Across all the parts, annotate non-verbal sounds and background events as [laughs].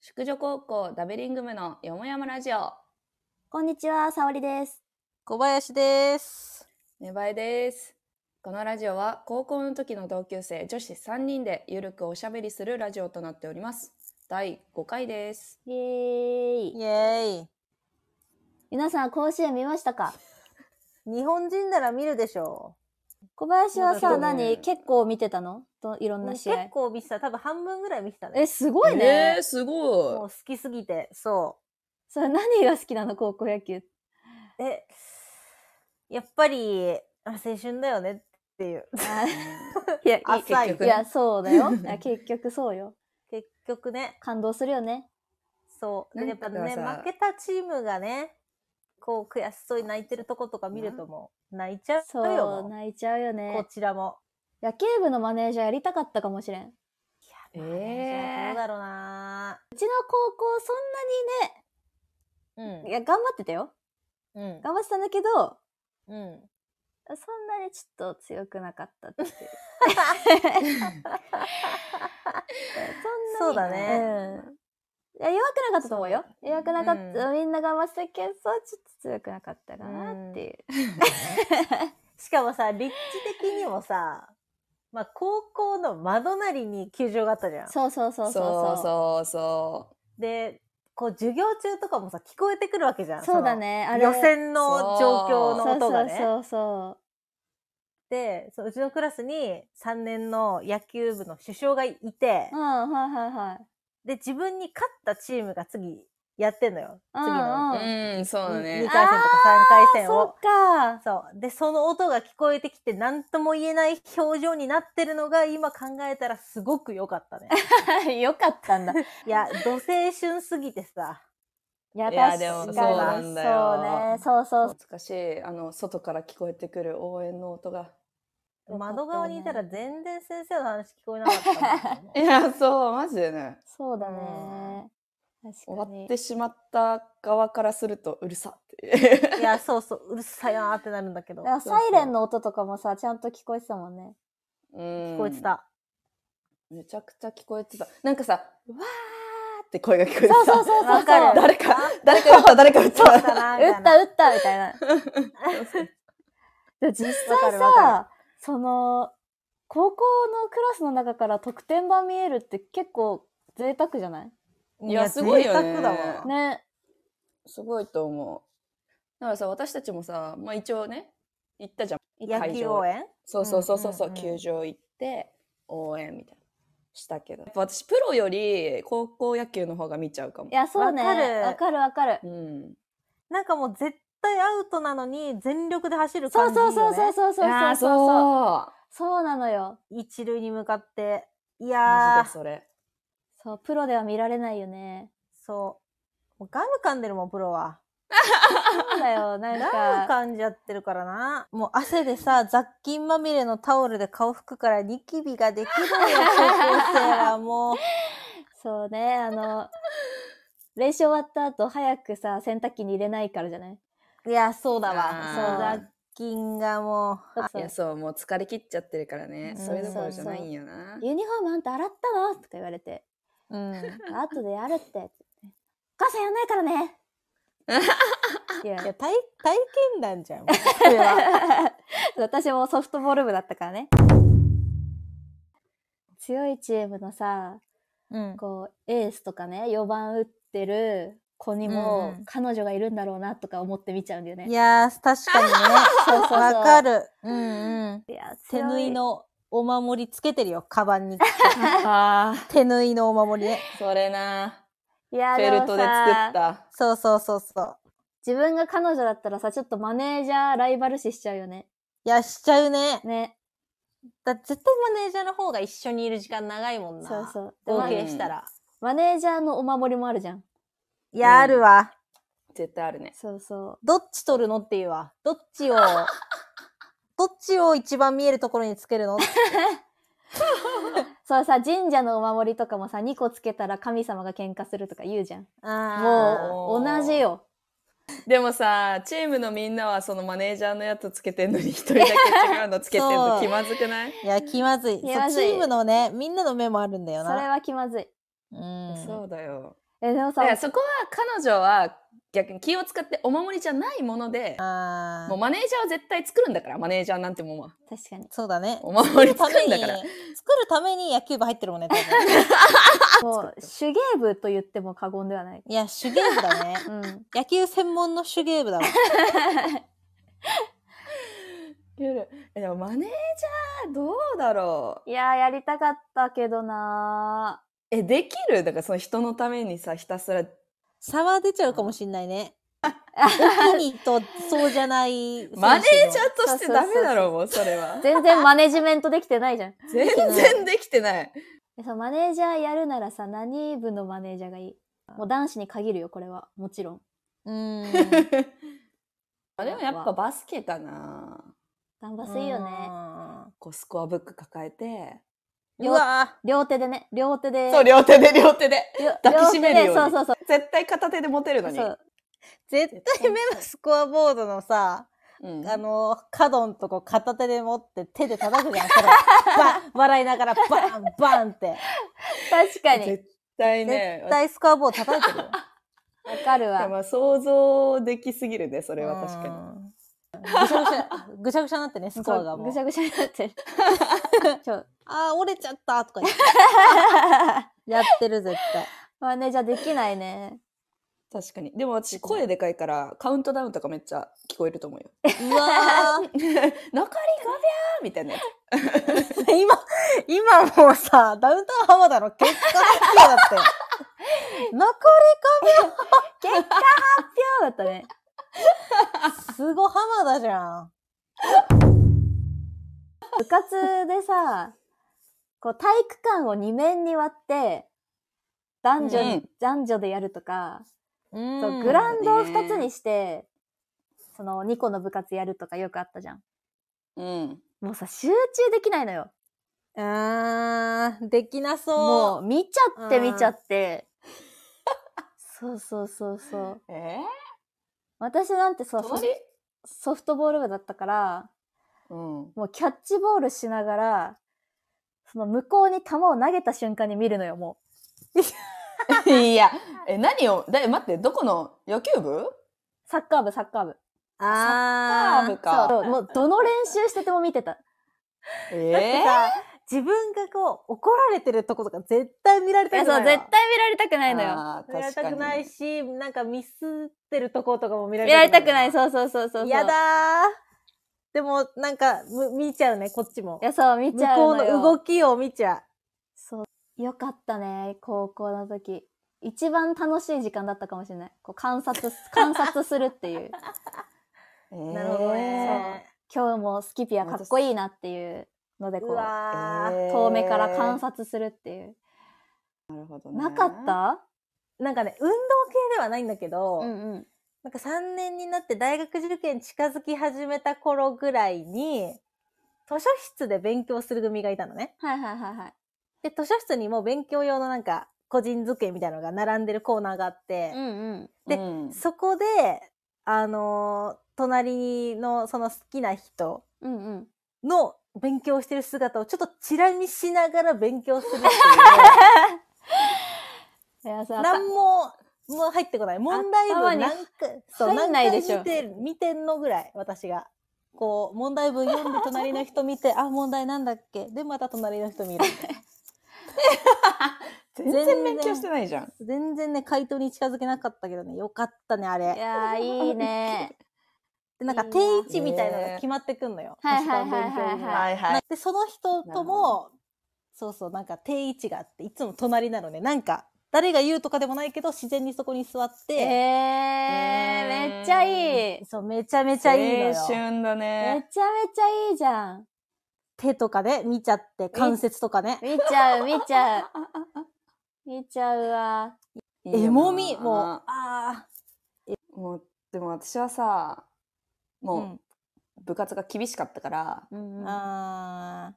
淑女高校ダベリング部のよもやまラジオこんにちは、さおりです。小林です。ねばえですこのラジオは高校の時の同級生女子3人でゆるくおしゃべりするラジオとなっております第5回ですイエーイイ。エーイ。皆さん、甲子園見ましたか日本人なら見るでしょ小林はそさ、うだね何結構見てたのどいろう。んな結試合。構見てた。多分半分ぐらい見てたね。え、すごいね。えー、すごもいう好きすぎて。そそれ何が好きなの高校野球。う。え、やっぱり、あ青春だよねっていう。あ [laughs] いや、い浅いいや、そうだ [laughs] よ。いや結局そうよ。結局ね、感動するよね。そう。でなやんっかぱさね、負けたチームがね、こう悔しそうに泣いてるとことか見るともう、泣いちゃうよ。そう、も泣いちゃうようこね。ちらも。野球部のマネージャーやりたかったかもしれん。うえどうー、だろうなちの高校、そうんんなに、いや、頑張ってたよ。うん。頑張ってたんだけど、うん。そんなにちょっと強くなかった [laughs] っていう。そうだね。うん。いや、弱くなかったと思うよ。弱くなかった、うみんな頑張ってたけど、ちょっと強くなかったかなっていう。しかもさ、立地的にもさ、まあ、高校の窓なりに球場があったじゃん。そうそうそそううそうそう。そうそで、こう、授業中とかもさ、聞こえてくるわけじゃん。そうだね。そあの。れ。予選の状況のそう音そがうね。そうそでそう、うちのクラスに3年の野球部の主将がいてう。う、ん、はいはいはい。で、自分に勝ったチームが次やってんのよ。次うんのううんうんそうだ2ね回戦とか3回戦そをっ。か。そう。で、その音が聞こえてきて、何とも言えない表情になってるのが、今考えたらすごく良かったね。よかったんだ。いや、ど青春すぎて [laughs] さ。いや、いや確でもかに。そうなんだよそうね。そうそう。懐かしいあの外から聞こえてくる応援の音がよかったね窓側にいたら全然先生の話聞こえなかった [laughs] もんいやそうマジでねそうだね。終確わかっにて。しまった側からするとうるさって。いや、そうそう、うるさいなーってなるんだけどだか。らサイレンの音とかもさ、ちゃんと聞こえてたもんね。聞聞こえて。た。めちゃくちゃ聞こえてた。なんかさ、わーって声が聞こえてた。そうそう [laughs] そうそう。わか [laughs] る誰か、誰か打った、誰か打った。そうだなーみ打たっいた [laughs] な。打ったみたいそな。うそうで実わか際るわかさ、その、高校のクラスの中から得点版見えるって結構贅沢じゃないいやすごいよね贅沢だわ。ね。すごいと思う。だからさ、私たちもさ、まあ一応ね、行ったじゃん。野球応援そうそうそうそう、そううんうんう球ん場行って、応援みたいな。したけど。やっぱ私、プロより高校野球の方が見ちゃうかもい。や、そうね。わかるわかるわかるう。ん。なんかもう絶対アウトなのに、全力で走るそう感じいいそようね。そうそうそうそういやそーうそう。そう。そうなのよ。一塁に向かって。いマやジでー、それ。そう、プロでは見られないよね。そう。もうガム噛んでるもん、プロは。そうだ [laughs] よ、なんガムか。噛んじゃってるからな。もう汗でさ、雑菌まみれのタオルで顔拭くからニキビができるよ、高校生はもう。 [laughs] そうね、あの、練習終わった後、早くさ、洗濯機に入れないからじゃないいや、そうだあわ。ーそう、雑菌がもう。そういやそうもう疲れ切っちゃってるからね、うんそれどころじゃないんよなユニフォームあんた洗ったのとか言われて。うん。 [laughs] あとでやるって。お母さんやんないからね。いいやや、体、体験談じゃん。 [laughs] もうそれは [laughs] 私もソフトボール部だったからね。強いチームのさ、うん。こう、エースとかね、4番打ってる子にもうんうん、彼女がいるんだろうなとか思って見ちゃうんだよね。いやー、確かにね。そうそうそうわかる。うんうん。いや手強縫いのお守りつけてるよ、カバンに。 [laughs] あ手縫いのお守りね。ーそれないやフでェルもトで作っさ、たそうそうそうそう。自分が彼女だったらさ、ちょっとマネージャーライバル視しちゃうよね。いや、しちゃうね。ね。だ絶対マネージャーの方が一緒にいる時間長いもんな。そうそう。で合ま計したら。マネージャーのお守りもあるじゃん。いや、あるわ。絶対あるねそうそう。どっち取るのっていうわ。どっちを、どっちを一番見えるところにつけるのそうさ、神社のお守りとかもさ、2個つけたら神様が喧嘩するとか言うじゃん。あもう、同じよ。でもさチームのみんなはそのマネージャーのやつつけてんのに一人だけ違うのつけてんそのう気まずくないーいや、気まずい。そう気まずいチームのね、みんなの目もあるんだそよれな。は気まずい。うん。そうだよえ、でもださか、らそこは彼女は逆に気を使ってお守りじゃないもので、あもあう。マネージャーは絶対作るんだから、マネージャーなんてもんは。確かに。そうだね。お守り作作るるたんめだに、か作らる。ために野球部入ってるもんね、多分もう、手芸部と言っても過言ではない。いや、手芸部だね。うん。野球専門の手芸部だわ。えでもマネージャーどうだろういやー、やりたかったけどなえ、できるだからその人のためにさ、ひたすら。差は出ちゃうかもしんないね。おきにと、そうじゃない選手の。マネージャーとしてそうそうそうダそうメだろう、もうそれはー。。 [laughs] 全然マネジメントできてないじゃん。全然できてない。えそうマネージャーやるならさ、何部のマネージャーがいいもう男子に限るよ、これは。もちろん。うーん。あでもやっぱバスケかな。頑張すいよね。こうスコアブック抱えて。うーん。うわ両手でね、両手で。そう、両手で両手で。 [laughs] 両抱きしめるように両手でそうそう絶対片手で持てるのそう。に。そうー絶対目のスコアボードのさ、うんあの、角のとこ片手で持って手で叩くじゃん、それ。ば笑いながらバンバンって。確かに。絶対ね。絶対スコアボード叩いてるよ。わかるいやわ。まあ想像できすぎるね、そこれは確かに。に。ぐちゃぐちゃ、ぐちゃぐちゃになってね、スコアがそうもうぐち。ゃぐちゃになってる。 [laughs] そうあー、折れちゃったとか言って。やってる、絶対。マネージャーできないね。確かに。でも私声でかいから、カウントダウンとかめっちゃ聞こえると思うよ。うわー。残り5秒みたいなやつ。今、今もうさ、ダウンタウン浜田の結果発表だって。残結果発表だったね。り、すご浜田じゃん。部活でさ、こう体育館を2面に割って、男女に、うん男女でやるとか、うそうグラウンドをそうだ2ねつにして、その2個の部活やるとかよくあったじゃん。うん。もうさ、集中できないのよ。あー、できなそもう。う見ちゃって見ちゃって。そうそうそうそう。え私なんてそうー、ソフ隣ソフトボール部だったから、うん。もうキャッチボールしながら、その向こうに球を投げた瞬間に見るのよ、もう。 [laughs] いや、え、何を、だ、待って、どこの野球部サッカー部、サッカー部。あサッカー部かー。そう、もうどの練習してても見てた。えさ自分がこう、怒られてるとことか絶対見られいたや、くなそいわ。う、絶対見られたくなーいのよ。あー見られたくないし、なんかミスってるとことかも見ら見れたられたくない、うそうそうそうそうそう。やだー。でも、なんか、む見ちゃうね、こっちもい。や、そう、見向ちゃこううののよ。動きを見ちゃう。よかったね、高校の時。一番楽しい時間だったかもしれない。こう観察、 [laughs] 観察するっていう。えーなるほどね。今日もスキピアかっこいいなっていうので、うこう、わー、えー遠目から観察するっていう。なるほどねなかったなんかね、運動系ではないんだけど、うんうん。なんか3年になって大学受験近づき始めた頃ぐらいに、図書室で勉強する組がいたのね。はいはいはいはい。で、図書室にも勉強用のなんか、個人机みたいなのが並んでるコーナーがあって、んうん。でうんそこで、あのー隣のその好きな人うんうん。 [laughs] の勉強してる姿をちょっとチラ見しながら勉強するっていうね、いや、さ、何も、もう入ってこない。問題頭文に何回、そう、入何んない回でしょ見てる、見てんのぐらい、私が。こう、問題文読んで隣の [laughs] 人見て、あ、問題なんだっけで、また隣の人見る。全然勉強してないじゃん。全然ね、回答に近づけなかったけどね、よかったね、あれ。いやー、 [laughs] いいね。で、なんかいいな定位置みたいなのが決まってくんのよ。はいはいはいはいはい図書館勉強部はいはい。で、その人なるとほも、そうそう、なんか定位置があって、いつも隣なのね。なんか、誰が言うとかでもないけど、自然にそこに座っえー、て、めっちゃいい。そう、めちゃめちゃ青いいのよ。春だめね。ちゃめちゃいいじゃん。手とかね、見ちゃって、関節とかね。見ちゃう、見ちゃう。見ちゃうわ。いいえよなもみ、もう、ああもう、でも私はさ、ー、うもん、う部活が厳しかったから、うんうんあ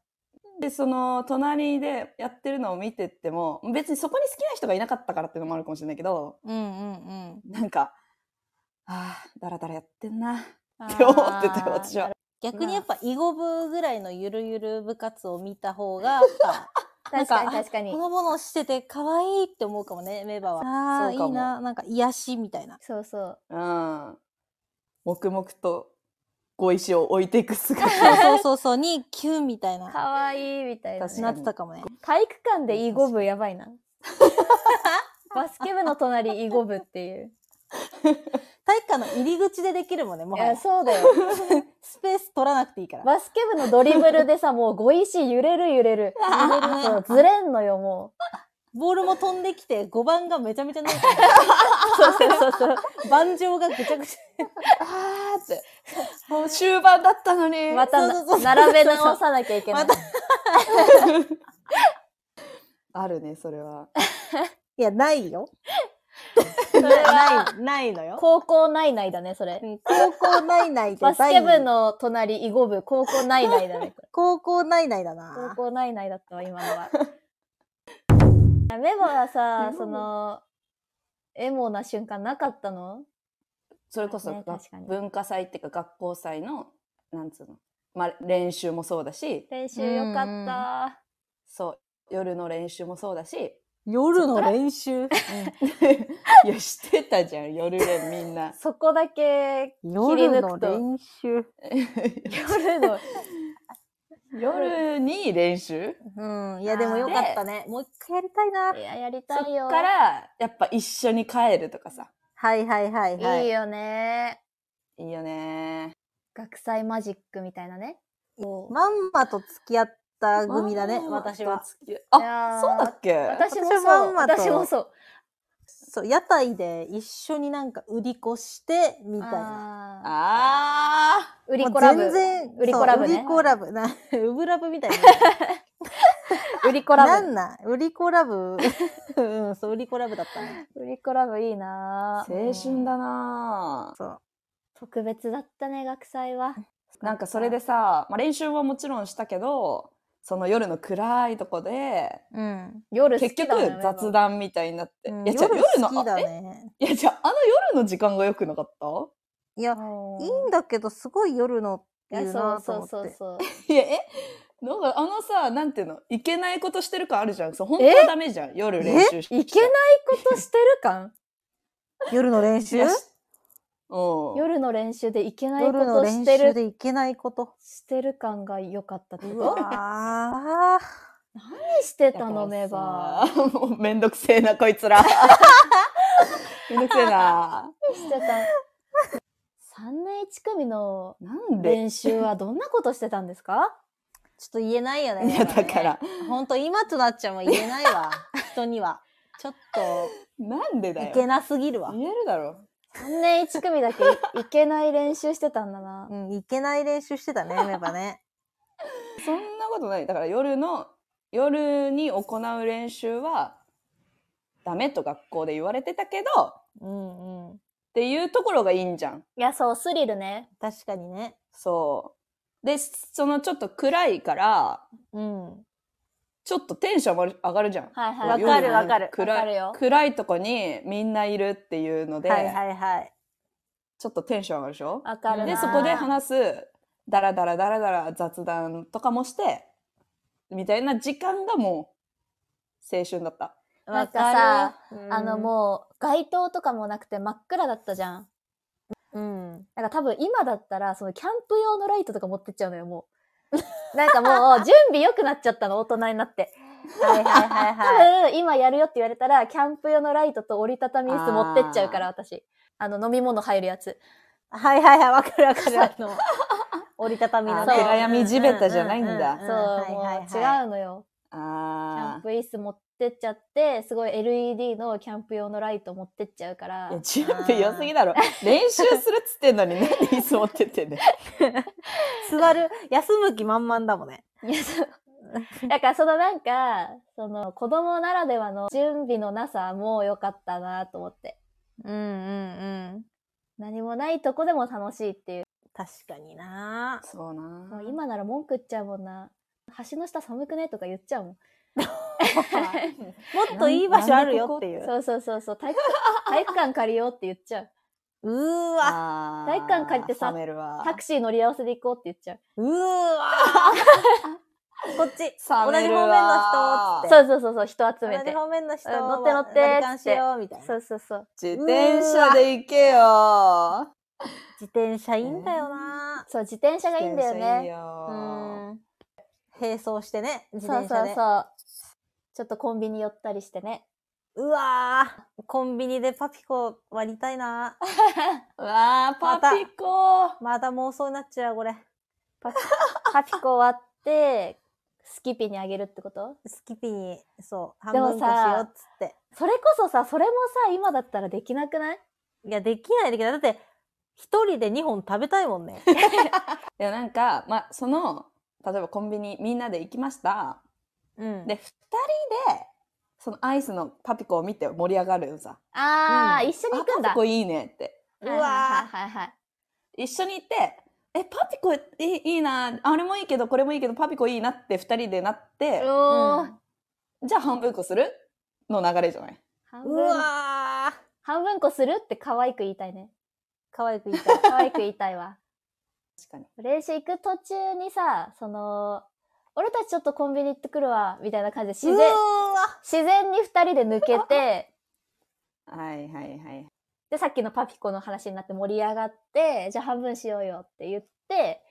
で、その、隣でやってるのを見てっても、別にそこに好きな人がいなかったからっていうのもあるかもしれないけど、ー、うんうんうん。なんか、ああ、だらだらやってんな、って思ってあて、私は。 [laughs] 逆にやっぱ、囲碁部ぐらいのゆるゆる部活を見た方が、や確っぱかに確かにほ。のぼのしてて可愛いって思うかもね、メバは。ああ、いそうかもいな。なんか癒しみたいな。そうそう。うん。黙々と碁石を置いていく [laughs] そう姿。そうそうそう、にキュンみたいな。かわいいみたいなね、確かになってたかもね。体育館で囲碁部やばいな。バスケ部の隣囲碁部っ [laughs] ていう。体育館の入り口でできるもんね、もいはやや、。そうだよ。スペース取らなくていいから。バスケ部のドリブルでさ、もう碁石揺れる揺れる。揺れるねそうずれんのよ、もボールも飛んできて、5番がめちゃめちゃないか [laughs] う。そうそうそうそう。ら、盤上がぐちゃぐちあーって。もう終盤だったのに。 [laughs] [laughs] またそうそうそうな並べ直さなきゃいけゃ。なまいた。。 [laughs] あるね、それは。いや、ないよ。それは、ない、ないのよ。高校内内だね、それう。ん高校内内でバスケ部第二の隣囲碁部、高校内内だ [laughs] ね。高校内内だ高な。校内内だったわ、今のは。メモはさメモ、その、エモな瞬間なかったのそれこそ、ねが確かに文化祭っていうか学校祭の、なんつうの。まあ、練習もそうだし、練習よかった。そう、夜の練習もそうだし、 [laughs] 夜の練習。いや、してたじゃん、夜練みんな。そこだけ、夜の切り抜くと練習。夜の、 [laughs] 夜に練習うん。いや、でもよかったね。もう一回やりたいな。いや、やりそたっいよ。から、やっぱ一緒に帰るとかさ。はいはいはいはい。いいよね。いいよね学祭マジックみたいなね。まんまと付き合った組だね、まんまと私は。付き合いいあ、やーそうだっけ私も私はそまう。んまと私もそう。そう、屋台で一緒になんか売り子して、みたいな。ああー売りもう子ラブ。全然、売り子ラブそうね売り子ラブ。な、ウブラブみたいな。売り子ラなブ。んなん売り子ラブ。 [laughs] うん、そう、売り子ラブだったね。売り子ラブいいなあー青春だなそう。特別だったね、学祭は。あなんかそれでさ、まあ、練習はもちろんしたけど、その夜の暗いとこで、うん。夜好結き局だね雑。談みたいになって。いや、じゃあ夜夜の、好きだあえね。いや、じゃああの夜の時間が良くなかったいやメ、モいいんだけど、すごい夜のっていいやうそうなとそ思うって。そうそう。いや、えなんかあのさ、なんていうの、いけないことしてる感あるじゃん。そう、本当はダメじゃん。夜練習して。いけないことしてる感夜の練習いやしうん。夜の練習でいけないこ夜のと練して習る、でいけないこと。してる感が良かったってうことわー。何してだたからのめば。さもうめんどくせえな、こいつら。めんどくせえな。何してた [laughs] ?3 年1組のなんで練習はどんなことしてたんですかちょっと言えないよね。いや、だから、ほんと今となっちゃんは言えないわ。人には。ちょっと、なんでだいけよ。なすぎるわ。言えるだろ。 ?3 年1組だけ [laughs] いいけない練習してたんだなう。ん、いけない練習してたね、メバね。そんなことない。だから夜の、夜に行う練習は、ダメと学校で言われてたけど、っうんうん。ていうところがいいんじゃん。いや、そう、スリルね。確かにね。そう。で、そのちょっと暗いから、うん。ちちょっとテンション上がる上がるじゃん。はいこうはい。夜の暗いわかるよ。暗いとこにみんないるっていうので、はいはいはい。ちょっとテンション上がるでしょわかるな。で、あーそこで話す、だらだらだらだら雑談とかもして、みたいな時間がもう、青春だった。なんかさわかる、あのもう街灯とかもなくて真っ暗だったじゃん。うん、うん。なんか多分今だったらそのキャンプ用のライトとか持ってっちゃうのよも [laughs] う。なんかもう準備良くなっちゃったの大人になって。はいはいはい多 [laughs] はい。分今やるよって言われたらキャンプ用のライトと折りたたみ椅子持ってっちゃうから私。あの飲み物入るやつ。はいはいはい、わかるわかる。あ [laughs] の、折りたたみのね。あ暗闇地べたじゃないんだそうう、んはいはいもうはい違うのよ。キャンあプ椅子持ってっちゃってすごい LED のキャンプ用のライト持ってっちゃうからー。いや、。準備良すぎだろ。練習するっつってんの [laughs] に、なんで椅子持ってってんねん。座る、休む気満々だもんね。 [laughs] いや、そう。だからそのなんか、その子供ならではの準備のなさも良かったなと思って。うんうんうん。何もないとこでも楽しいっていう。確かになそうなもう今なら文句言っちゃうもんな。橋の下寒くねとか言っちゃうもん。もっといい場所あるよっていう。そうそうそうそう。体育 [laughs] 館体育館借りようって言っちゃう。うーわ。 [laughs] あー体育館借りてさ冷めるわ。タクシー乗り合わせで行こうって言っちゃう。うーわ [laughs] こっち。冷めるわ同じ方面の人っつってそうそうそうそう人集同めてじ方面の人うん乗はって乗って割り勘しようみたいな。そうそうそう自転車で行けよ自転車いいんだよな、そう自転車がいいんだよ自転車いいねようん並走してね、自そう転そ車うで。うそうちょっとコンビニ寄ったりしてねわぁ、コンビニでパピコ割りたいなうわあパピコまだ妄想になっちゃう、これ。パピパピコ割ってスキピにあげるってことスキピに、そう、半でも分こしようさっつって。それこそさそれもさ今だったらできなくないいや、できないできない。だって、一人で2本食べたいも [laughs] んね。でもなんか、まあ、その、例えばコンビニみんなで行きました。うん。で、二人で、そのアイスのパピコを見て盛り上がるよさ。あー、うん一緒に行くんあパだピコいいねって。ううわはいはいはい一緒に行って、え、パピコいいいいな、あれもいいけど、これもいいけど、パピコいいなって二人でなって、はい、おーうんじゃあ半分こするの流れじゃない半う分わぁ、半分こするって可愛く言いたいね可愛 [laughs] く言いたい。可愛く言いたいわ確かに。練習行く途中にさその俺たちちょっとコンビニ行ってくるわみたいな感じで自う然わ自然に二人で抜けてはいはいはい。でさっきのパピコの話になって盛り上がってじゃあ半分しようよって言って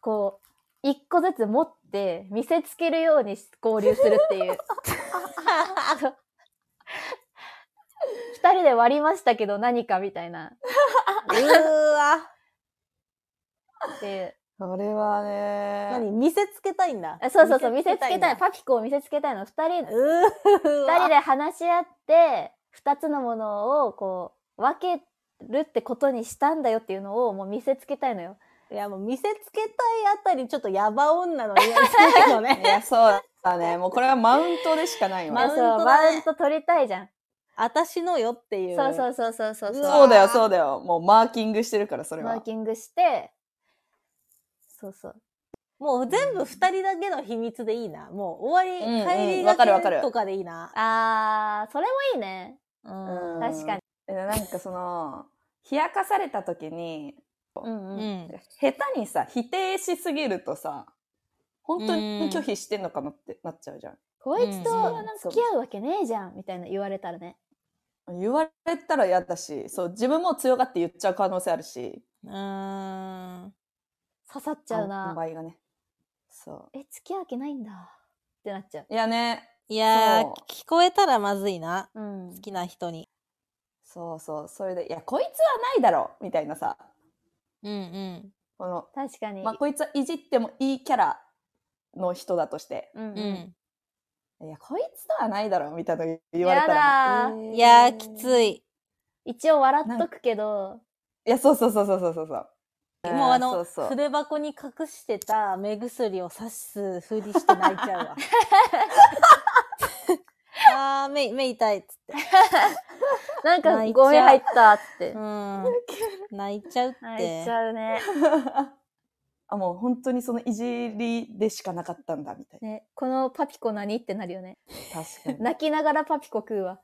こう一個ずつ持って見せつけるように交流するっていう [laughs] 二人で割りましたけど何かみたいなうわっていうそれはね、 [laughs] 何見せつけたいんだ。あそうそうそう見せつけんだたいパピコを見見せつけたいの二人うー二人で話し合って二つのものをこう分けるってことにしたんだよっていうのをもう見せつけたいのよ。いや、もう見せつけたいあたり、ちょっとヤバ女 [laughs] の匂いするけどいね。や、そうだ [laughs] ね。もうこれはマウントでしかないわ。マウントだねそうマウント取りたいじゃん。私のよっていう。そうそうそうそうそううそわう。そうだよ、そうだよ。もうマーキングしてるから、それマーは。キングしてそうそうもう全部二人だけの秘密でいいな。もう終わり、うんうん帰りわかるわだかるけとかでいいな。あーそれもいいねうん。確かに。えなんかその、冷やかされた時に、うんうん、ん。下手にさ、否定しすぎるとさ、本当に拒否してんのかなってなっちゃうじゃん。こいつとうん付き合うわけねえじゃんみたいな言われたらね言われたら嫌だし、そう、自分も強がって言っちゃう可能性あるし。うん。刺さっちゃうあな場合がね。そえ付き合うわけないんだってなっちゃうう。いやね、いやーそう、聞こえたらまずいな。うん好きな人に。そうそう、それで、いや、こいつはないだろみたいなさ、うんうん。この、確かに、まあ、こいつはいじってもいいキャラの人だとして、うんううんん。いや、こいつとはないだろみたいなの言われたら。やだえいやー、きつい。一応笑っとくけどいや、そうそうそうそうそうそうそう。 [laughs] もうあの、そうそう筆箱に隠してた目薬を刺すふりして泣いちゃうわ。あー、目、目痛いっつって。なんか泣いちゃうゴミ入ったっつってうん。泣いちゃうって。泣いちゃうねあ、もう本当にそのいじりでしかなかったんだ、みたいねこのパピコ何ってなるよねな。確 [laughs] かに。泣きながらパピコ食うわ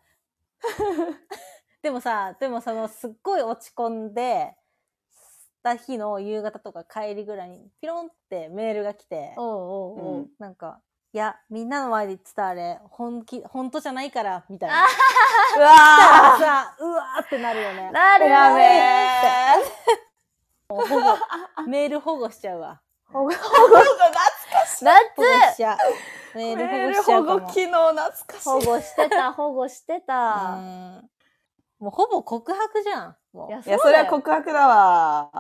でもさ、でもその、すっごい落ち込んで、した日の夕方とか帰りぐらいに、ピロンってメールが来て、おうおうおう、うんなんか、いや、みんなの前で言ってたあれ、本気、本当じゃないから、みたいな。あうわさ、うわーってなるよ [laughs] ね。なるよねやべえ。もう保護、メール保護しちゃうわ。 [laughs] 保護保護しちゃう。メメール保ー護ルしちゃ保うかも。護機能懐かしい。保護してた保護してたうんもうほぼ告白じゃん。もういやいや、そうそだれよは告白だわ。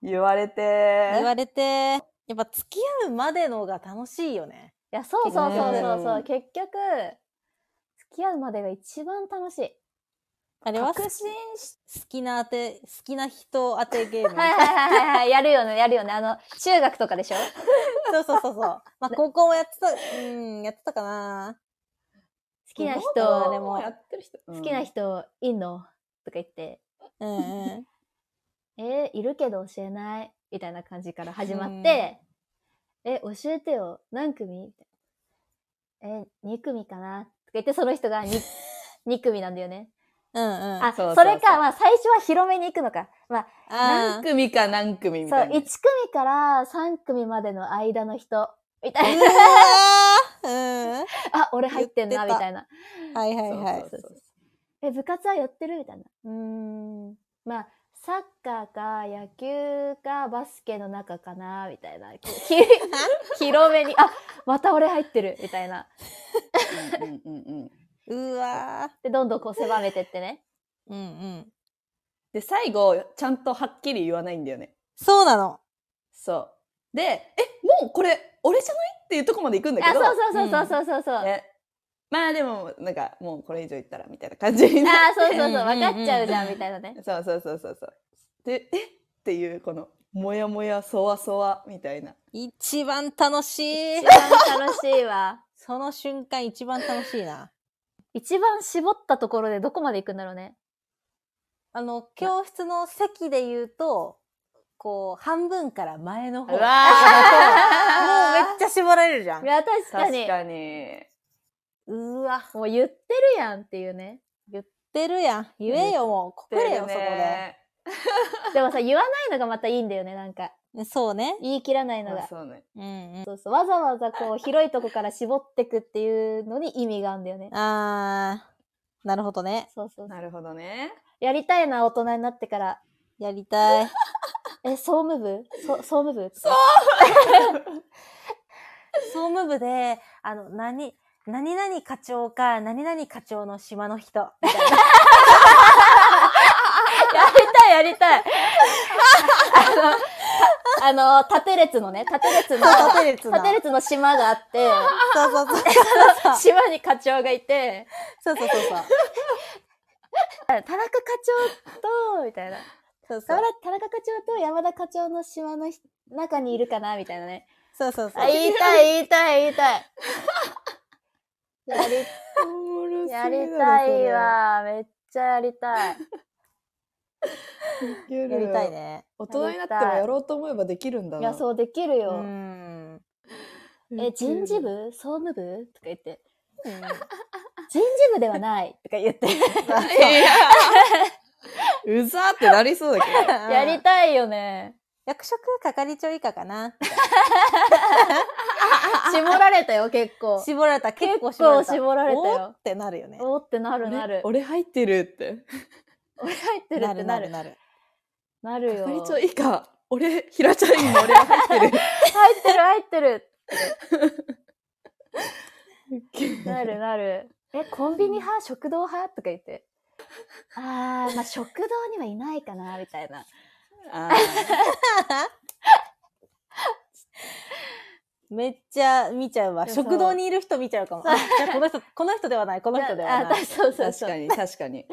言われ言て。われて、やっぱ付き合うまでのが楽しいよね。いや、そうそうそうそうそう、うん結局、付き合うまでが一番楽しい。あれは好確信しきな当て、好きな人当てゲーム。はいはいはいはい、やるよね、やるよね。あの、中学とかでしょそうそうそうそう。まあ高校もやってた、うん、やってたかな。好きな人、どうでももやってる人。好きな人。人いんのとか言って、うんうん。えーいるけど教えないみたいな感じから始まって、え、教えてよ、何組みたいなえー、2組かなとか言って、その人が 2, 2組なんだよね。うんうん。あ、そうそそうそうれか、まあ、最初は広めに行くのか。まあ、あ何組か何組みそう、た1いな組。から3組までの間の人みたいな。うわー [laughs] あ、俺入ってんな、言ってみたたいな。うん。はいはいはい。そうそうそうえ、部活はやってるみたいな。うーん。まあ、サッカーか野球かバスケの中かな、みたいな。き広めに、あ、また俺入ってる、みたいな。そううんうんうんうんうわで、どんどんこう狭めてってね。ーうんうん。で最後ちゃんとはっきり言わないんだよねそうなの。そうでえもうこれ俺じゃないっていうとこまで行くんだあ、けそどうそうそうそうそうそう。ね、まあでもなんかもうこれ以上言ったらみたいな感じになあーそうそうそうう、んうんうん分かっちゃうじゃん、みたいなね。そうそうそうそうそうでえっていうこのもやもやそわそわみたいな一番楽しい一。番楽しいわ。その瞬間一番楽しいな。一番絞ったところでどこまで行くんだろうね。あの、教室の席で言うと、こう、半分から前の方。もうめっわちゃ絞られるじゃんい。や、確かに確。かにうわ、もう言ってるやんっていうね。言ってるやん。言えよ、もう。こくれよ、そこで。でもさ、言わないのがまたいいんだよね、なんか。ねそうね。言い切らないのあが。そうねうんうん。そうそう。わざわざこう、広いとこから絞ってくっていうのに意味があるんだよね。あー、なるほどね。そうそうそう。なるほどねやりたいな、大人になってから。やりたい。え、総務部そ総務部そう総務部で、あの、何、何々課長か、何々課長の島の人。みたいな [laughs] やりたい、やりたい。あの、あの、縦列のね、縦列の、縦列な縦列の島があって、そうそうそう。島に課長がいて、そうそうそうそう。田中課長と、みたいな。そうそ田う中田中課長と山田課長の島のひ中にいるかなみたいなね。そうそうそう。あ、言いたい、言いたい、言いたい。やり、やりたいわ。めっちゃやりたい。ややりたいね。大人になってもやろうと思えばできるんだいなや、そうできるうよ。ん。え、人事部総務部とか言って。う人事部ではない。とか言って。 [laughs] いやうざってなりそうだけどんやりたいよね。役職係長以下かな。絞られたよ、結構。絞られた。結構結構絞絞られたおーよっ。てなるよね。おーってなるなる。俺俺入ってるって俺入ってるってなる。なる。なるよ。係長以下俺平ちゃんにも俺は入ってる入ってる入ってるけなるなる。 [laughs] え、コンビニ派食堂派とか言って。あー、まあ、食堂にはいないかな、みたいな。 [laughs] あめっちゃ見ちゃうわ。そう食堂にいる人見ちゃうかも。あじゃあこの人、この人ではない、この人ではあ、な [laughs] だい。そうーそう確そう。かに確か [laughs] に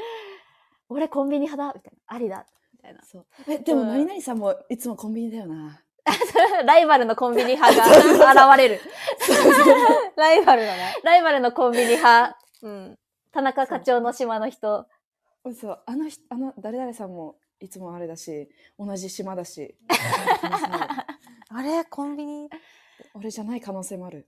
俺コンビニ派だ、みたいな。ありだ、みたいな。そうえでも何々さんもいつもコンビニだよな [laughs] ライバルのコンビニ [laughs] 派が現れる。ライバルだね。ライバルのコンビニ派、うん。田中課長の島の人。そうあの人あの誰々さんもいつもあれだし同じ島だ [laughs] しあれコンビニ俺じゃない可能性もある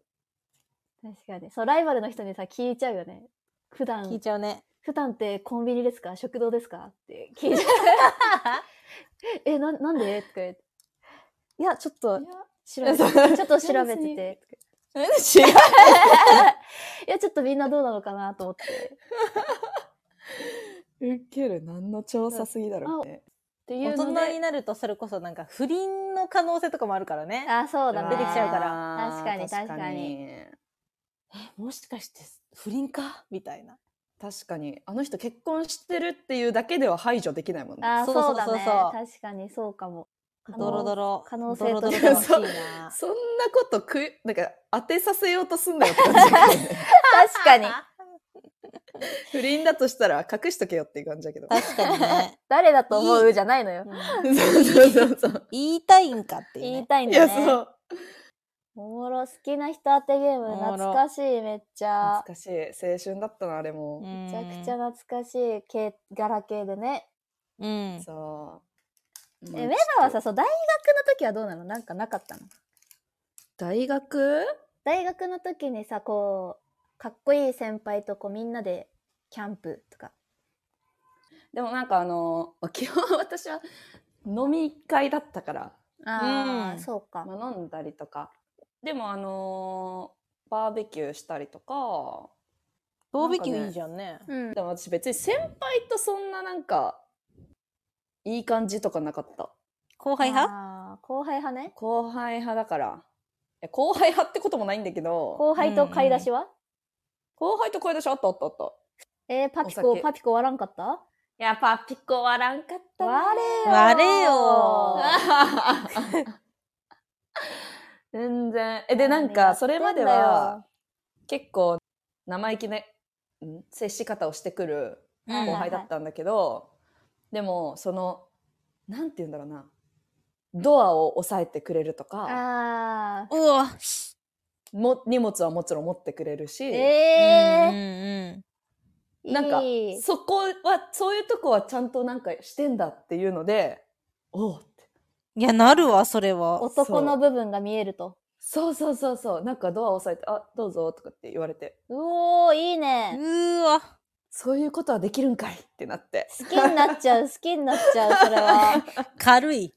確かに。そう、ライバルの人にさ、聞いちゃうよね。普聞い段、ちゃうね。普段ってコンビニですか食堂ですかって聞い [laughs] ちゃう。え、な、なんでとか言って。いや、ちょっと、調べて、そうちょっと調 [laughs] べてて。違う [laughs] いや、ちょっとみんなどうなのかなと思って。ウケる何の調査すぎだろうね。ってい大うの人にで。なるとそれこそなんか不倫の可能性とかもあるからね。あ、そうだね。出てきちゃうから確かに確かにもしかして不倫かみたいな。確かにあの人結婚してるっていうだけでは排除できないもんねあ、そうそそううだそうね。そう確かにそうかも。可能ドロドロ。可能性ドロドロとしては楽しいな。そんなことくいなんか当てさせようとすんなよって感じだけど [laughs] ね確かに。不倫だとしたら隠しとけよっていう感じだけど確かにね。誰だと思 [laughs] うじゃないのよ。そうそうそうそう言いたいんかっていう、ね。言いたいんいだやね。そうおもろ、好きな人当てゲーム、おもろ懐かしい、めっちゃ懐。かしい青春だったなあれも、めちゃくちゃ懐かしい、けガラケーでね。うん。うん。そうえ、うんメガはさ、そう、大学の時はどうなのなんかなかったの大学大学の時にさこうかっこいい先輩とこうみんなでキャンプとかでもなんかあの基本 [laughs] 私は飲み会だったから、あー、うんそうかまあ、飲んだりとかでもあのーバーベキューしたりとか、バーベキューいいじゃんね。うん。でも私別に先輩とそんななんか、いい感じとかなかった。後輩派あー後輩派ね。後輩派だから。いや後輩派ってこともないんだけど、後輩と買い出しは、後輩と声出しあったあったあった。えー、パピおコ、酒パピコ割らんかったいや、パピコはらんかったな。割れよー割れよー [laughs] 全然。え、で、なんか、それまでは、、結構、生意気ね、ん接し方をしてくるうん後輩だったんだけど、でも、その、なんて言うんだろうな、ドアを押さえてくれるとか、あうわ。も荷物はもちろん持ってくれるし、ー。えうんー、なんかいい、そこは、そういうとこはちゃんとなんかしてんだっていうので、おうって。うん。いや、なるわ、それは。男の部分が見えると。そうそうそうそう。なんかドア押さえて、あ、どうぞとかって言われて、うおー、いいうね。ーわ。そういうことはできるんかいってなって。好きになっちゃう、好きになっちゃう、それは。軽い。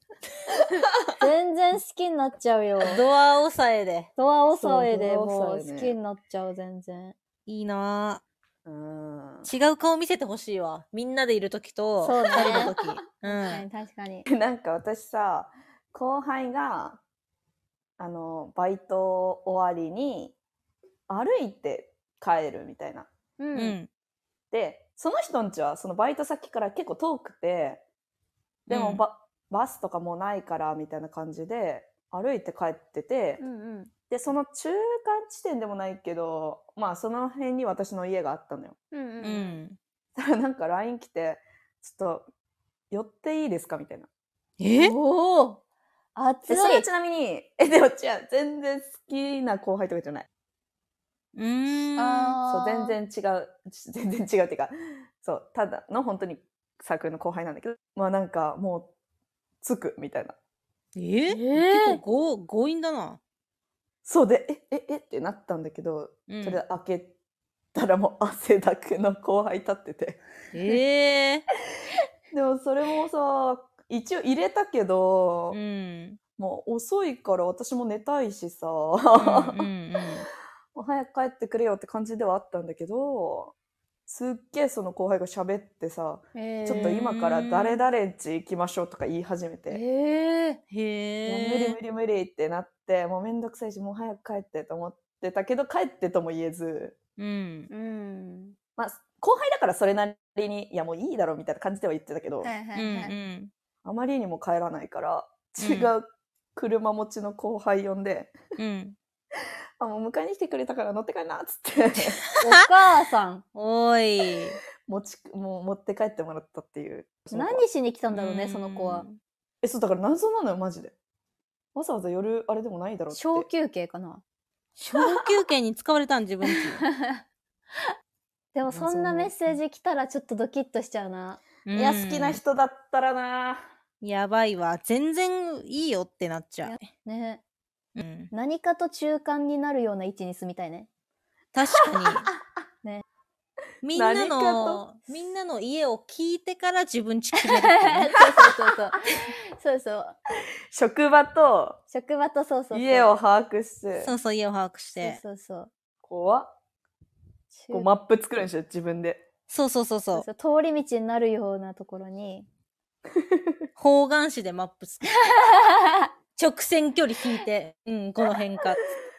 全然好きになっちゃうよ。ドア押さえで。ドア抑えでそうドアもう抑えね好きになっちゃう、全然。いいな [laughs] うん。ぁ違う顔見せてほしいわ。みんなでいるときと、そうね二人のとき。う [laughs] 確かん。に、確かに。なんか私さ、後輩が、あの、バイト終わりに、歩いて帰るみたいな。う。うんん。で、その人んちは、そのバイト先から結構遠くて、でもうんバ、バスとかもうないから、みたいな感じで、歩いて帰ってて、うんうん。で、その中間地点でもないけど、まあ、その辺に私の家があったのよ。うんううん。ん。そしたらなんか LINE 来て、ちょっと、寄っていいですかみたいな。えおー熱で、いそれはちなみに、え、でも違う、全然好きな後輩とかじゃない。うーん。そうあ、ー全然違う、全然違うっていうか、そう、ただの本当にサークルの後輩なんだけど、まあなんかもう、つくみたいな。ええ結構強強引だな。そうで、え、え、えってなったんだけど、うんそれで開けたらもう汗だくの後輩立ってて。ええでもそれもさ、一応入れたけど、うん。うんもう遅いから私も寝たいし [laughs] さ、うんうんもう早く帰ってくれよって感じではあったんだけど、すっげえその後輩が喋ってさ、えちょっと今から誰々んち行きましょうとか言い始めて、 [laughs] えへもうえ。無理無理無理ってなって、もうめんどくさいし、もう早く帰ってと思ってたけど、帰ってとも言えず、うん。うん。まあ、後輩だからそれなりに、いやもういいだろみたいな感じでは言ってたけど、はいはうんういはい。ん。あまりにも帰らないから、うん違う車持ちの後輩呼んで、うん。あ、もう迎えに来てくれたから乗って帰んなっつって、お母さん。おい。持ち、もう持って帰ってもらったっていう。その子は何しに来たんだろうね、その子は。え、そう、だから謎なのよ、マジで。わざわざ夜、あれでもないだろうって。小休憩かな。 [laughs] 小休憩に使われたん自分ち。でもそんなメッセージ来たらちょっとドキッとしちゃうな。いや、好きな。人だったらなやばいわ。全然いいよってなっちゃね。う。うん。何かと中間になるような位置に住みたいね。確かに。ねみんな何かの、みんなの家を聞いてから自分ち決めるっそうてねそうそうそう。そうそう。職場と職場とそうそうそう。家を把握 [laughs] してそ、うそう、家を把握しそうて。そうそう。怖っこう中マップ作るんでしょ、自分で。そうそうそうそう。そうそう通り道になるようなところに。方眼紙でマップ作る。直線距離引いて、うん、この辺か。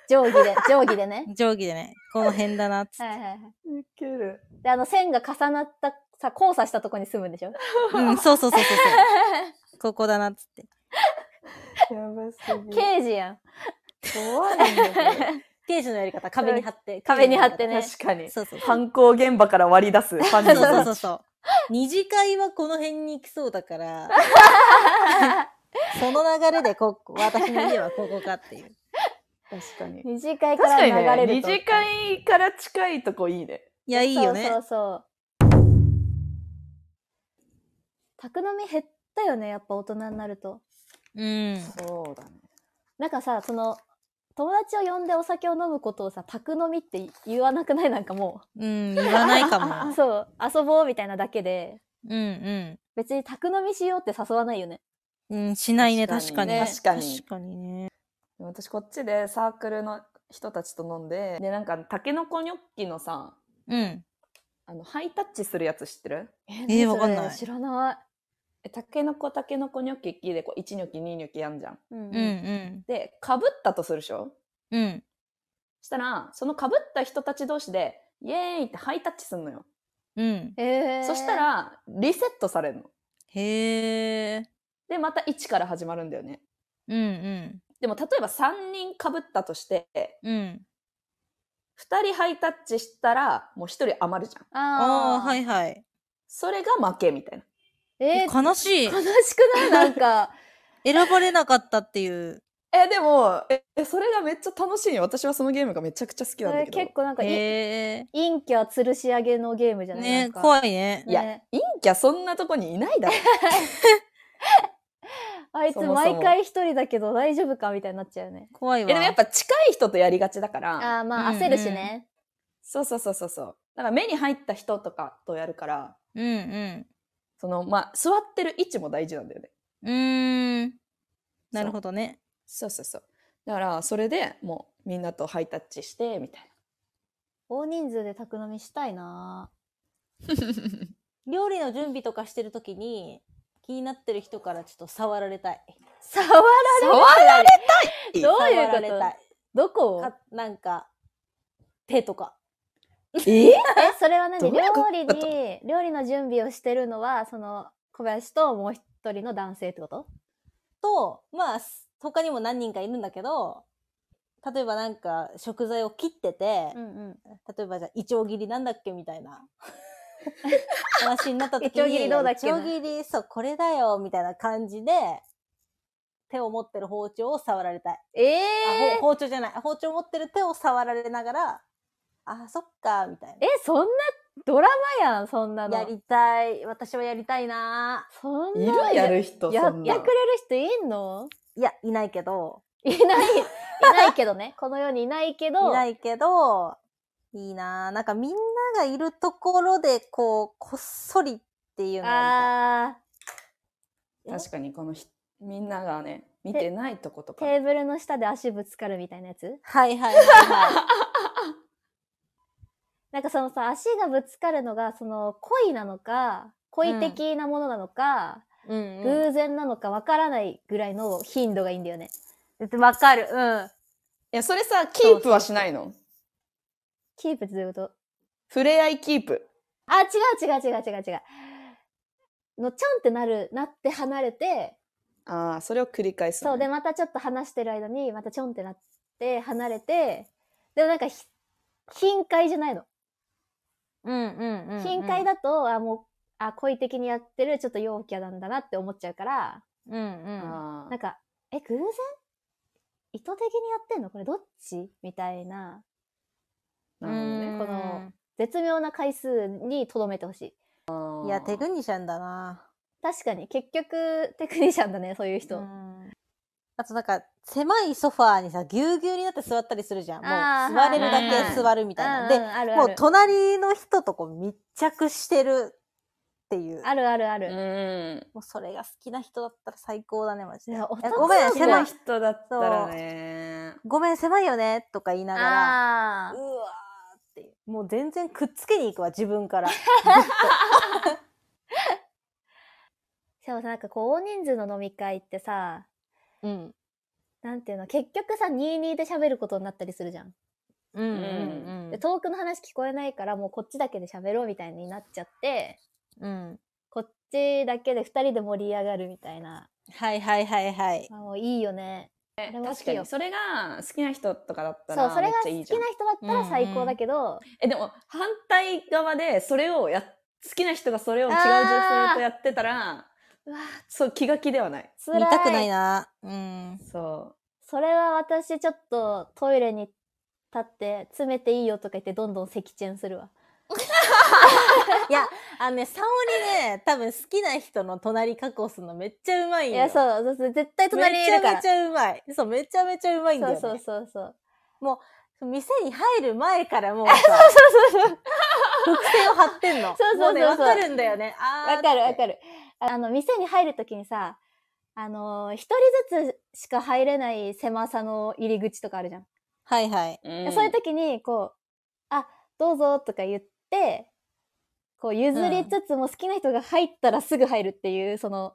定規で、定規で [laughs] ね。定規でね、この辺だなっつはいっはいはい。いける。で、あの線が重なった、さ、交差したとこに住むんでしょて。うん、そうそうそうそうそう。ここだなっつって。やばすぎる。刑事やん。怖いんだ [laughs] けど刑事のやり方、壁に貼って。壁に貼ってね確かに。そうそうそう。犯行現場から割り出す。犯人そうそうのそうそう。二次会はこの辺に行きそう [laughs] だから、その流れでここ、私の家はここかっていう。確かに。二次会か確からにね、流れ二ると。次会から近いとこいいね。いや、いいよそねう。そうそう。宅飲み減ったよね、やっぱ大人になると。うん。そうだね。なんかさ、その、友達を呼んでお酒を飲むことをさ、宅飲みって言わなくないなんかもうん、言わないかう。 [laughs] [laughs] も。そう、遊ぼうみたいなだけで、うんうん。別に宅飲みしようって誘わないよね。うん、しないね、確確かかに。にね確かに確かにね。私こっちでサークルの人たちと飲んで、で、なんか、タケノコニョッキのさ、うん。あの、ハイタッチするやつ知ってるええー何それわかんない知らない。えタケノコタケノコニョッキ1でこう1ニョキ2ニョキやんじゃん。うんうんうん。で、かぶったとするでしょうん。したら、そのかぶった人たち同士で、イエーイってハイタッチすんのよ。うん。えー。そした、ら、リセットされるの。へえ。で、また1から始まるんだよね。うんうん。でも、例えば3人かぶったとして、うん。 2人ハイタッチしたら、もう1人余るじゃん。ああー、はいいはい。それが負けみたいな。ええー悲しい悲。しくないなんか。選ばれなかったっていう。え、でも、え、えそれがめっちゃ楽しいよ。私はそのゲームがめちゃくちゃ好きなそんだれけど。結構なんか、いへえ。陰キャ吊るし上げのゲームじゃないなねんか怖いね。いやね陰キャそんなとこにいないだろ。あいつそもそも毎回一人だけど大丈夫かみたいになっちゃうよね。怖いえわ。でもやっぱ近い人とやりがちだから、ああ、まあうん焦るしね。そうそうそうそうそう。だから目に入った人とかとやるから、うんうん。その、まあ、座ってる位置も大事なんだよね。うーん。なるほどね。そうそうそう。だから、それでもうみんなとハイタッチして、みたい大人数で宅飲みしたいな料理の準備とかしてるときに、気になってる人からちょっと触られたい。触らな。触られたいどういう触られこたい。とどこをかなんか、手とか。ええ、それは何ど料ういうこと理に、料理の準備をしてるのは、その、小林ともう一人の男性ってことと、まあ、す他にも何人かいるんだけど、例えばなんか食材を切ってて、んうん。例えばじゃあ、イチョウ切りなんだっけみた [laughs] いな話になった時に、イチョウ切りどうだっけイチョウ切り、そう、これだよ、みたいな感じで、手を持ってる包丁を触られたい。えあほえ包丁じゃない。包丁持ってる手を触られながら、あ、そっか、みたいえ、そんなドラマやん、そんなな。やの。りたい。私はやりたいなそんいなるのやる人、やそっんてくれなるの。人いんのいや、いないけど、いない、いないけどね。 [laughs] この世にいないけど。いないけど、いいなぁ。なんかみんながいるところで、こう、こっそりっていうのがあえ確かに、このひみんながね、見てないとことー、か。テーブルの下で足ぶつかるみたいなやつはいはいはいはなんかそのさ、足がぶつかるのが、その、恋なのか、恋的なものなのか、い。うん、偶然なのかわからないぐらいの頻度がいいんだよね。うん。わかる。うん。いや、それさ、キープはしないのキープってどういうこと触れ合いキープ。あ、違う違う違う違う違う。の、ちょんってなる、なって離れて、ああ、それを繰り返すそのう、ね、で、またちょっと話してる間に、またちょんってなって、離れて、でもなんかひ、頻回じゃないの。うんうんうん。頻回。だと、あ、もう、あ、恋的にやってる、ちょっと陽キャなんだなって思っちゃうから、うんうん。あなんか、え、偶然意図的にやってんのこれどっちみたいな、あ、なるほどね。この絶妙な回数にとどめてほしい。いや、テクニシャンだな確かに結局テクニシャンだねそういう人、うんあとなんか、狭いソファーにさ、ぎゅうぎゅうになって座ったりするじゃん。あーもう、座れるはいはいだはけい座るみたいな。で、あるあもうる隣の人とこう密着してるっていう。あるあるあうる、ん。もうそれが好きな人だったら最高だね、マジいで。や男ごめんの子狭狭いい人だったらね。ごめん、狭いよね、とか言いながら、あうーわーっていう。もう全然くっつけに行くわ、自分から。しかもさなんかこう大人数の飲み会ってさうん。なんていうの結局さ22で喋ることになったりするじゃん、うんうんうんで遠くの話聞こえないからもうこっちだけで喋ろうみたいになっちゃってうん。こっちだけで2人で盛り上がるみたいなはいはいはいはいあ。もういいよねえれは好き確よかに、それが好きな人とかだったそうらそめれっがちゃ好きいないじゃ人んだ。ったら最高だけど、え、でも、反対側で、それをや、好きな人がそれを違うあー女性とやってたら、うわそう、気が気ではない。辛見いたくないな。うん。 [laughs] そそれは私ちょっとトイレに立って詰めていいよとか言ってどんどん席チするわ。いや、あのね、沙織ね、多分好きな人の隣確保するのめっちゃうまいいんよ。や、そう、そうそう絶対隣にめいちゃるから。めちゃうまい。そう、めちゃめちゃうまいんだよ、ね。そうそうそうそう。店に入る前からもうさ、伏線を張ってんの。そうそうそうそうもねわかるんだよね。あわかるわる。かる。ああの、店に入るときにさ、あのー一人ずつしか入れない狭さの入り口とかあるじゃん。はいはい。うんそういう時に、こう、あ、どうぞとか言って、こう譲りつつも好きな人が入ったらすぐ入るっていう、その、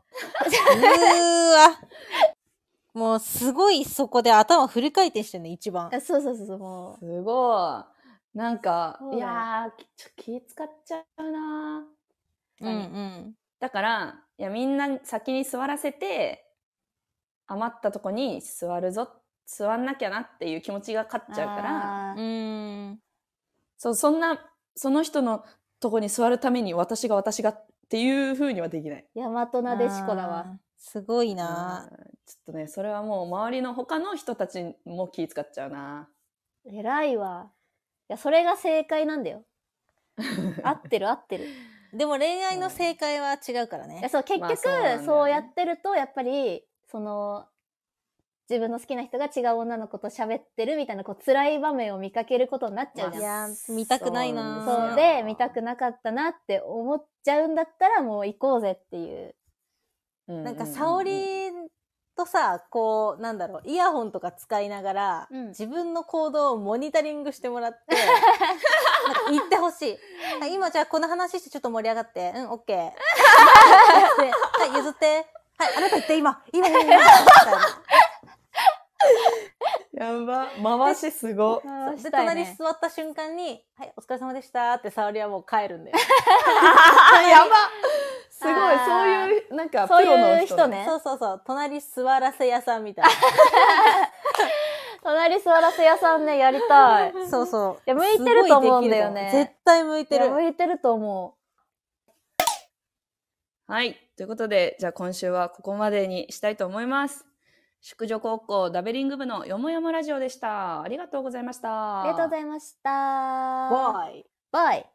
うーわ。 [laughs] もうすごいそこで頭フル回転してるね、一番。あそうそうそうそう、もう。すごい。なんかそう、だよいやー、きちょ気使っちゃうなーうんうん。だから、いや、みんな先に座らせて、余ったとこに座るぞ、座んなきゃなっていう気持ちが勝っちゃうから、あうーーん。そう、そんな、その人のとこに座るために私が私がっていう風にはできない。大和なでしこだわ。あー。すごいなうんちょっとね、それはもう周りの他の人たちも気使っちゃうな。偉いわ。いや、それが正解なんだよ。合ってる合っ [laughs] てる。でも恋愛の正解は違うからいやね。そう結まあ局そうなんだよねそうやってるとやっぱりその自分の好きな人が違う女の子と喋ってるみたいなこう辛い場面を見かけることになっちゃう [laughs] じまゃん。いや見たくないなそあうんそすうよで見たくなかったなって思っちゃうんだったらもう行こうぜっていう。ななんか沙織とさこうなんだろうイヤホンとか使いながら、うん自分の行動をモニタリングしてもらって [laughs] なんか言ってほしいあ今じゃあこの話してちょっと盛り上がってうんオッ [laughs] ケーはい譲ってはいあなた言って今今今今みたい [laughs] やば。回しすご。なしでたいね隣座った瞬間に「はいお疲れ様でした」って沙織はもう帰るんだよあやば [laughs] すごいあーそういうなんかプそうロいのう人人ねね。 [laughs] そうそうそう隣座らせ屋さんみたいな隣座らせ屋さんねやりたい。い [laughs] そうそう。いや向いてると思うんだよねすごいできると思う絶対向いてるや。向いてると思はいということでじゃあ今週はここまでにしたいと思います宿女高校ダベリング部のよもやまラジオでしたありがとうございましたう。ありがとうございました。バイ。バイ。